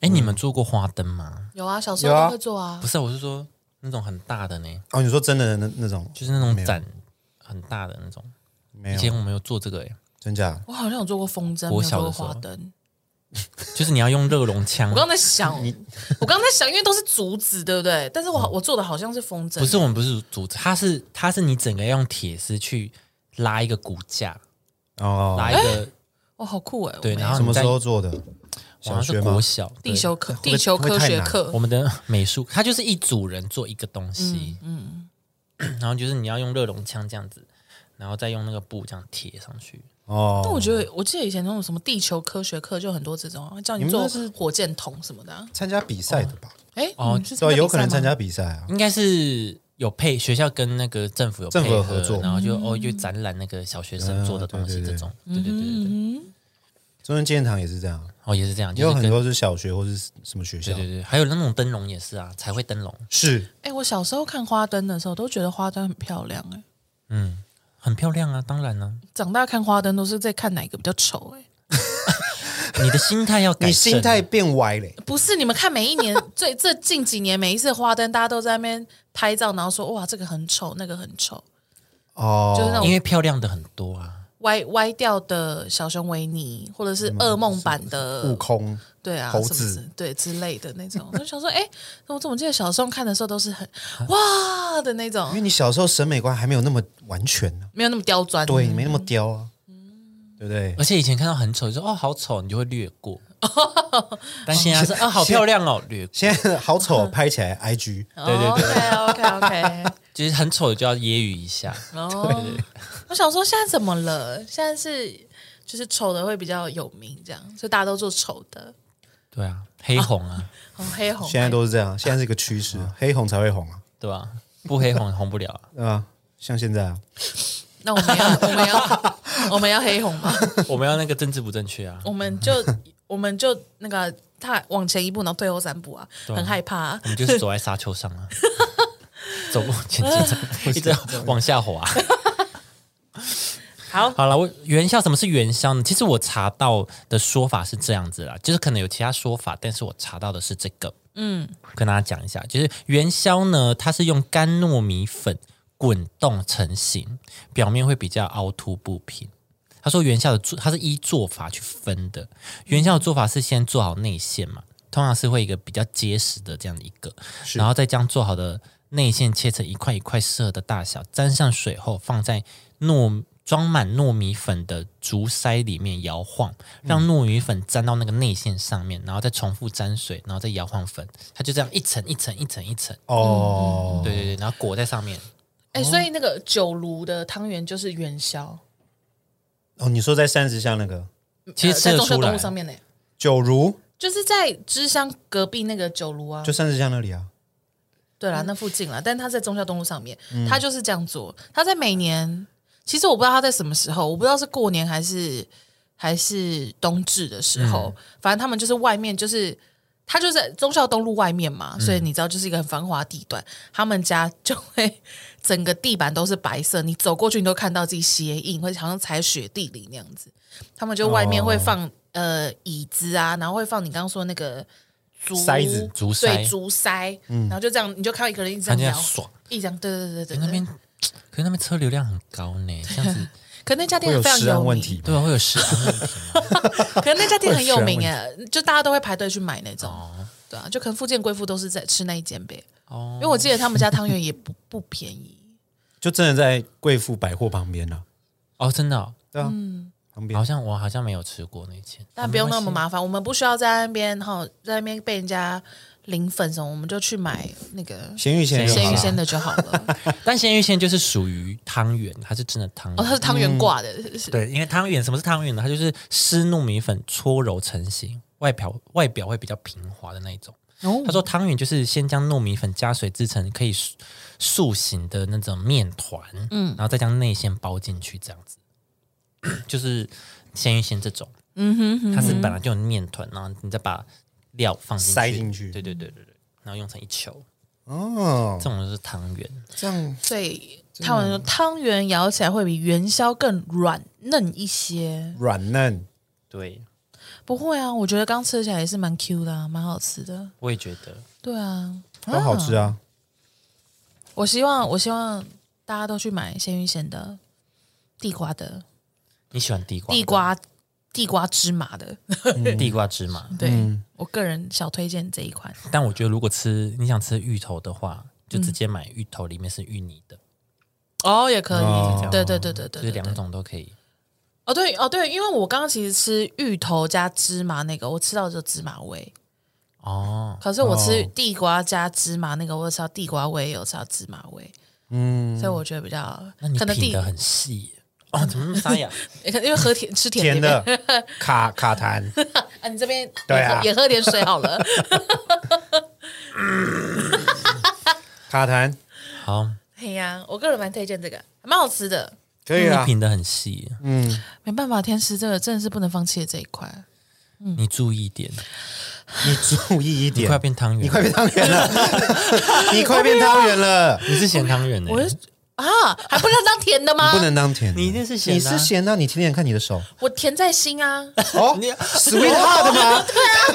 A: 哎，你们做过花灯吗？
C: 有啊，小时候
B: 有啊
C: 都会做啊
A: 不。是啊，我是说那种很大的呢，
B: 哦，你说真的那那种
A: 就是那种展很大的那种。
B: 没
A: 以
B: 有
A: 前我们有做这个，哎，
B: 真假？
C: 我好像有做过风筝，没
A: 国
C: 有
A: 小
C: 做过
A: 的时候
C: 花灯。
A: 就是你要用热熔枪啊
C: 我。刚才想， 我刚才想，因为都是竹子，对不对？但是
B: 嗯
C: 我我做的好像是风筝，
A: 不是我们不是竹子，它是它是你整个要用铁丝去拉一个骨架，
B: 哦，
A: 拉一个
C: 哇，好酷哎！
A: 对，然
C: 后
A: 后
B: 什
A: 啊你
B: 么时
A: 在
B: 候做的？
A: 好像
B: 小学
A: 是
B: 吗
A: 国？小对
C: 地球科
B: 会
C: 地球
B: 会
C: 科
B: 太
C: 学
B: 难哦
C: 课
A: 我，们的美术，它就是一组人做一个东西，嗯， 然后就是你要用热熔枪这样子，然后再用那个布这样贴上去。
B: 哦，
C: 那我觉得我记得以前那种什么地球科学课就很多这种啊，叫你
B: 你们
C: 做
B: 那是
C: 火箭筒什么的啊。
B: 参加比赛的吧？
C: 哎，
A: 哦
C: 你们是参
B: 对啊，
C: 加比赛
B: 有可能
C: 吗
B: 参加比赛啊。
A: 应该是有配学校跟那个政府有配
B: 政府有合作
A: 然后就哦就展览那个小学生做的东西
B: 嗯对对
A: 这
B: 对
A: 种，对对对对对。
B: 中正纪念堂也是这样，
A: 哦，也是这样，
B: 也
A: 就
B: 有
A: 是
B: 很
A: 跟
B: 多是小学或是什么学校
A: 对，对对，还有那种灯笼也是啊，才会灯笼，
B: 是
C: 哎、我小时候看花灯的时候，都觉得花灯很漂亮、哎，
A: 嗯，很漂亮啊，当然呢、
C: 长大看花灯都是在看哪个比较丑、哎。
A: 你的心态要改
B: 你
A: 正啊
B: 心态变歪嘞、
C: 不是，你们看每一 年最这近几年每一次花灯，大家都在那边拍照，然后说哇这个很丑，那个很丑，
B: 哦，
C: 就是那
A: 因
C: 种
A: 为漂亮的很多啊，
C: 歪歪掉的小熊维尼，或者是噩梦版
A: 呃
C: 的
B: 悟，空，
C: 对啊，
B: 猴
C: 什么
B: 子
C: 之对之类的那种。我就想说，哎、我怎么记得小时候看的时候都是很哇的那
B: 因为
C: 种，
B: 你小时候审美观还没有那么完全呢、
C: 没有那么刁
A: 嗯
C: 钻。
B: 对，你没那么刁啊，对不对？
A: 而且以前看到很丑，就说哦好丑，你就会略过，但现在是啊好漂亮哦，略过，
B: 现在好
A: 嗯
B: 丑，拍起来 IG
A: 对对对，
C: OK OK OK。
A: 就是很丑就要揶揄一下，
C: 哦，我想说现在怎么了？现在是就是丑的会比较有名，这样，所以大家都做丑的，
A: 对啊，黑红啊，
C: 哦，黑红。
B: 现在都是这样，现在是一个趋势，黑红才会红啊，
A: 对吧、不黑红红不 了、啊，
B: 对吧？像现在啊，
C: 那我们要我们要我们要黑红吗？
A: 我们要那个政治不正确啊，
C: 我 们就我们就那个踏往前一步，然后退后三步啊，很害怕、啊
A: 我。们就是走在沙丘上 啊，走路前进 走，一直往下滑。
C: 好
A: 好了，我元宵什么是元宵呢？其实我查到的说法是这样子啦，就是可能有其他说法，但是我查到的是这个。嗯，跟大家讲一下，就是元宵呢，它是用干糯米粉滚动成型，表面会比较凹凸不平。他说元宵的做，它是依做法去分的。元宵的做法是先做好内馅嘛，通常是会一个比较结实的这样的一个，然后再将做好的内馅切成一块一块适合的大小，沾上水后放在糯装满糯米粉的竹筛里面摇晃，让糯米粉沾到那个内馅上面，然后再重复沾水，然后再摇晃粉，它就这样一层一层一层一层，
B: 哦，
A: 对对对，然后裹在上面。
C: 哎、所以那个九炉的汤圆就是元宵，
B: 哦，你说在三十巷那个
A: 其实
C: 呃
A: 吃
C: 在
A: 得
C: 中
A: 出
C: 秋
A: 来，
C: 东路上面呢、
B: 九如，
C: 就是在芝香隔壁那个九炉啊
B: 就。三十巷那里啊，
C: 对啦，那附近啦，但他在中孝东路上面，他就是这样做。他在每年，其实我不知道他在什么时候，我不知道是过年还是还是冬至的时候，反正他们就是外面就是。他就在忠孝东路外面嘛，所以你知道，就是一个很繁华的地段。他们家就会整个地板都是白色，你走过去你都看到自己鞋印，或者好像踩雪地里那样子。他们就外面会放、呃椅子啊，然后会放你刚刚说那个竹
B: 塞子
A: 竹
C: 对
A: 塞
C: 竹塞，
B: 嗯
C: 然后就这样，你就看到一个人一直这
A: 它
C: 样
A: 这样
C: 摇
A: 爽。
C: 一张，对对对对
A: 可
B: 哎
A: 那
C: 对对。
A: 边，可是那边车流量很高呢， 这样子
C: 可那家
B: 会
C: 店
B: 有
C: 非常
B: 食安
C: 有
B: 问
C: 名，
B: 题吗？
A: 对啊，会有食安问题。
C: 可那家店很有名
B: 会有
C: 哎，就大家都会排队去买那种。
B: 哦
C: 对啊，就可能附近贵妇都是在吃那一间呗。
A: 哦
C: 因为我记得他们家汤圆也不不便宜。
B: 哦就真的在贵妇百货旁边啊，
A: 哦，真的哦、
B: 对啊，
C: 嗯
B: 旁边
A: 好像我好像没有吃过那间，
C: 但不用那么麻烦，我们不需要在那边哈，在那边被人家淋粉什么，我们就去买那个
B: 咸鱼咸
C: 鲜
A: 咸
C: 鱼
A: 鱼
C: 鲜的就好 了。
A: 但鲜芋仙就是属于汤圆，它是真的汤圆。
C: 哦，它是汤圆挂的，是不是
A: 对，因为汤圆什么是汤圆呢？它就是湿糯米粉搓揉成型，外表外表会比较平滑的那一种。他说汤圆就是先将糯米粉加水制成可以塑塑形的那种面团，嗯，然后再将内馅包进去，这样子， 就是鲜芋仙这种，嗯哼它是本来就有面团，然后你再把料放进去，
B: 塞进去
A: 对对对对对，然后用成一球，
B: 哦
A: 这，种就是汤圆。
B: 这样
C: 所
B: 嗯
C: 以他们说汤圆咬起来会比元宵更软嫩一些。
B: 软嫩，
A: 对，
C: 不会啊，我觉得刚吃起来也是蛮 Q 的、啊，蛮好吃的。
A: 我也觉得，
C: 对啊，
B: 都好吃啊，
C: 我希望我希望大家都去买鲜芋仙的、地瓜的、
A: 你喜欢地瓜，嗯
C: 地瓜、地瓜芝麻的。
A: 地瓜芝麻，
C: 对、我个人小推荐这一款，
A: 但我觉得如果吃你想吃芋头的话，就
C: 嗯
A: 直接买芋头，里面是芋泥的，
C: 哦，也可以。
B: 哦
C: 对对对对
A: 就
C: 对
A: 是
C: 对
A: 两
C: 对。
A: 种都可以。
C: 哦对哦对，因为我刚刚其实吃芋头加芝麻那个，我吃到的就是芝麻味。
A: 哦，
C: 可是我吃地瓜加芝麻那个，我有吃到地瓜味，也有吃到芝麻味。嗯，所以我觉得比较
A: 哦那你
C: 可能
A: 品
C: 地
A: 的很细耶哦，怎么那么 沙哑？
C: 因为喝甜吃甜
B: 甜
C: 点
B: 的卡卡痰，
C: 啊，你这边
B: 对啊
C: 也喝也喝点水好 了。
B: 卡痰
A: 好，
C: 嘿呀、我个人蛮推荐这个，还蛮好吃的。
B: 可以啊
A: 你
B: 啦，
A: 品的很细，
B: 嗯，
C: 没办法，天师这个真的是不能放弃的这一块。
A: 你注意一点，
B: 你注意一
A: 你
B: 点
A: 快，变汤圆，
B: 嗯你快变汤圆 了，你快变汤圆了，
A: 你是咸汤圆呢、
C: 我就啊，还不能当甜的吗？
B: 你不，能当甜的，
A: 你一定是咸
B: 你
A: 的啊
B: 是咸的，你舔舔看你的手，
C: 我甜在心啊，
B: 哦
A: 你
B: ，sweet heart 吗？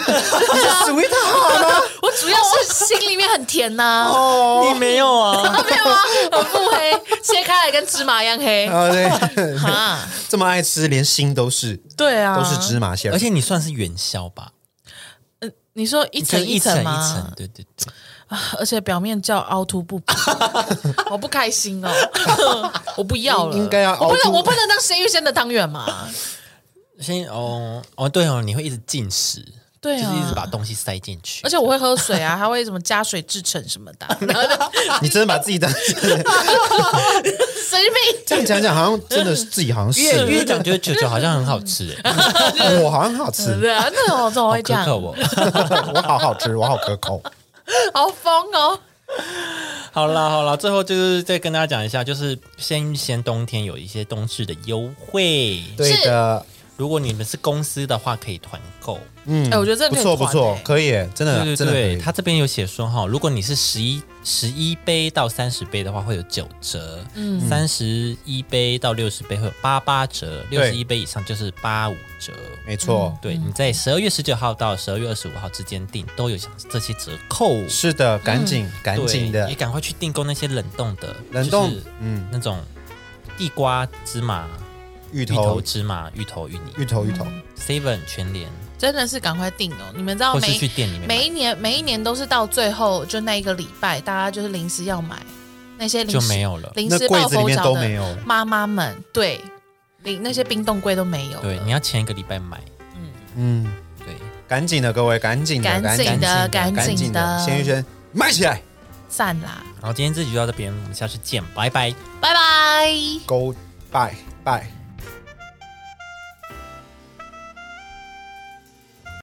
B: 你是 sweet heart 吗？
C: 我主要是心里面很甜呐、 啊。
B: 哦，
A: 你没有啊？
C: 啊没有啊，很腹黑，切开来跟芝麻一样 黑
B: 啊对，
C: 啊！
B: 这么爱吃，连心都是
C: 对啊，
B: 都是芝麻 馅
A: 而，且你算是元宵吧？
C: 你说一层
A: 就一层
C: 层
A: 一
C: 吗？
A: 层，对对对。
C: 而且表面叫凹凸不 平，我不开心哦， 我不要了，
B: 应该要凹凸
C: 我不能，我不能当鲜芋仙的汤圆嘛？
A: 先哦哦对哦，你会一直进食，
C: 对
A: 就是一直把
C: 啊，
A: 东西塞进去
C: 而。且我会喝水啊，还会什么加水制成 什么的，然后就
B: 你真的把自己 当
C: 神秘
B: 这样讲讲，好像真的是自己好像
A: 越
B: 是，
A: 越讲觉得九九好像很好吃 哎，
B: 我好像很好吃，
C: 对啊，那种怎么
A: 好
C: 会这
A: 可
C: 样？
A: 口哦。
B: 我好好吃，我好可口。
C: 好疯哦！
A: 好啦好啦，最后就是再跟大家讲一下，就是先先冬天有一些冬至的优惠，
B: 对的，
A: 如果你们是公司的话，可以团购。
B: 嗯
C: 哎我觉得这个
B: 不
C: 可以
B: 错不
C: 团
B: 错
C: 欸，
B: 可以耶，真的
A: 对
B: 啊真的可
A: 对
B: 以
A: 对，他这边有写说哈，如果你是十一十一杯到三十杯的话，会有九折；三十一杯到六十杯会有八八折，六
B: 对
A: 十一杯以上就是八五折。
B: 没错，
A: 对，你在十二月十九号到十二月二十五号之间订都有享这些折扣，
B: 是的，赶紧赶
A: 嗯对
B: 紧的
A: 也，赶快去订购那些冷冻的，
B: 冷冻
A: 就是，
B: 嗯，
A: 那种地瓜、芝麻、
B: 芋
A: 芋头、
B: 头
A: 芝麻、芋头、芋泥
B: 芋头芋头，
C: 嗯
A: ，seven 全联，
C: 真的是赶快订哦！你们知道
A: 或是去
C: 每
A: 店里面
C: 每一
A: 买
C: 年每一年都是到最后就那一个礼拜，大家就是临时要买那些零
A: 就
C: 食
A: 没有了。
C: 临
B: 那
C: 时
B: 柜
C: 抱
B: 子里
C: 佛
B: 面
C: 脚
B: 都没
C: 的
B: 有，
C: 妈妈们，对，连那些冰冻柜都没有了。
A: 对，你要前一个礼拜买，
B: 嗯，
A: 对。
B: 赶紧的各位，赶紧的，
C: 赶
B: 紧
C: 紧的，赶
B: 赶紧
C: 紧的，
B: 鲜芋仙卖起来
C: 散啦，
A: 好，今天这集就到这边，我们下次见，拜拜。
C: 拜拜。
B: ，Go 拜拜。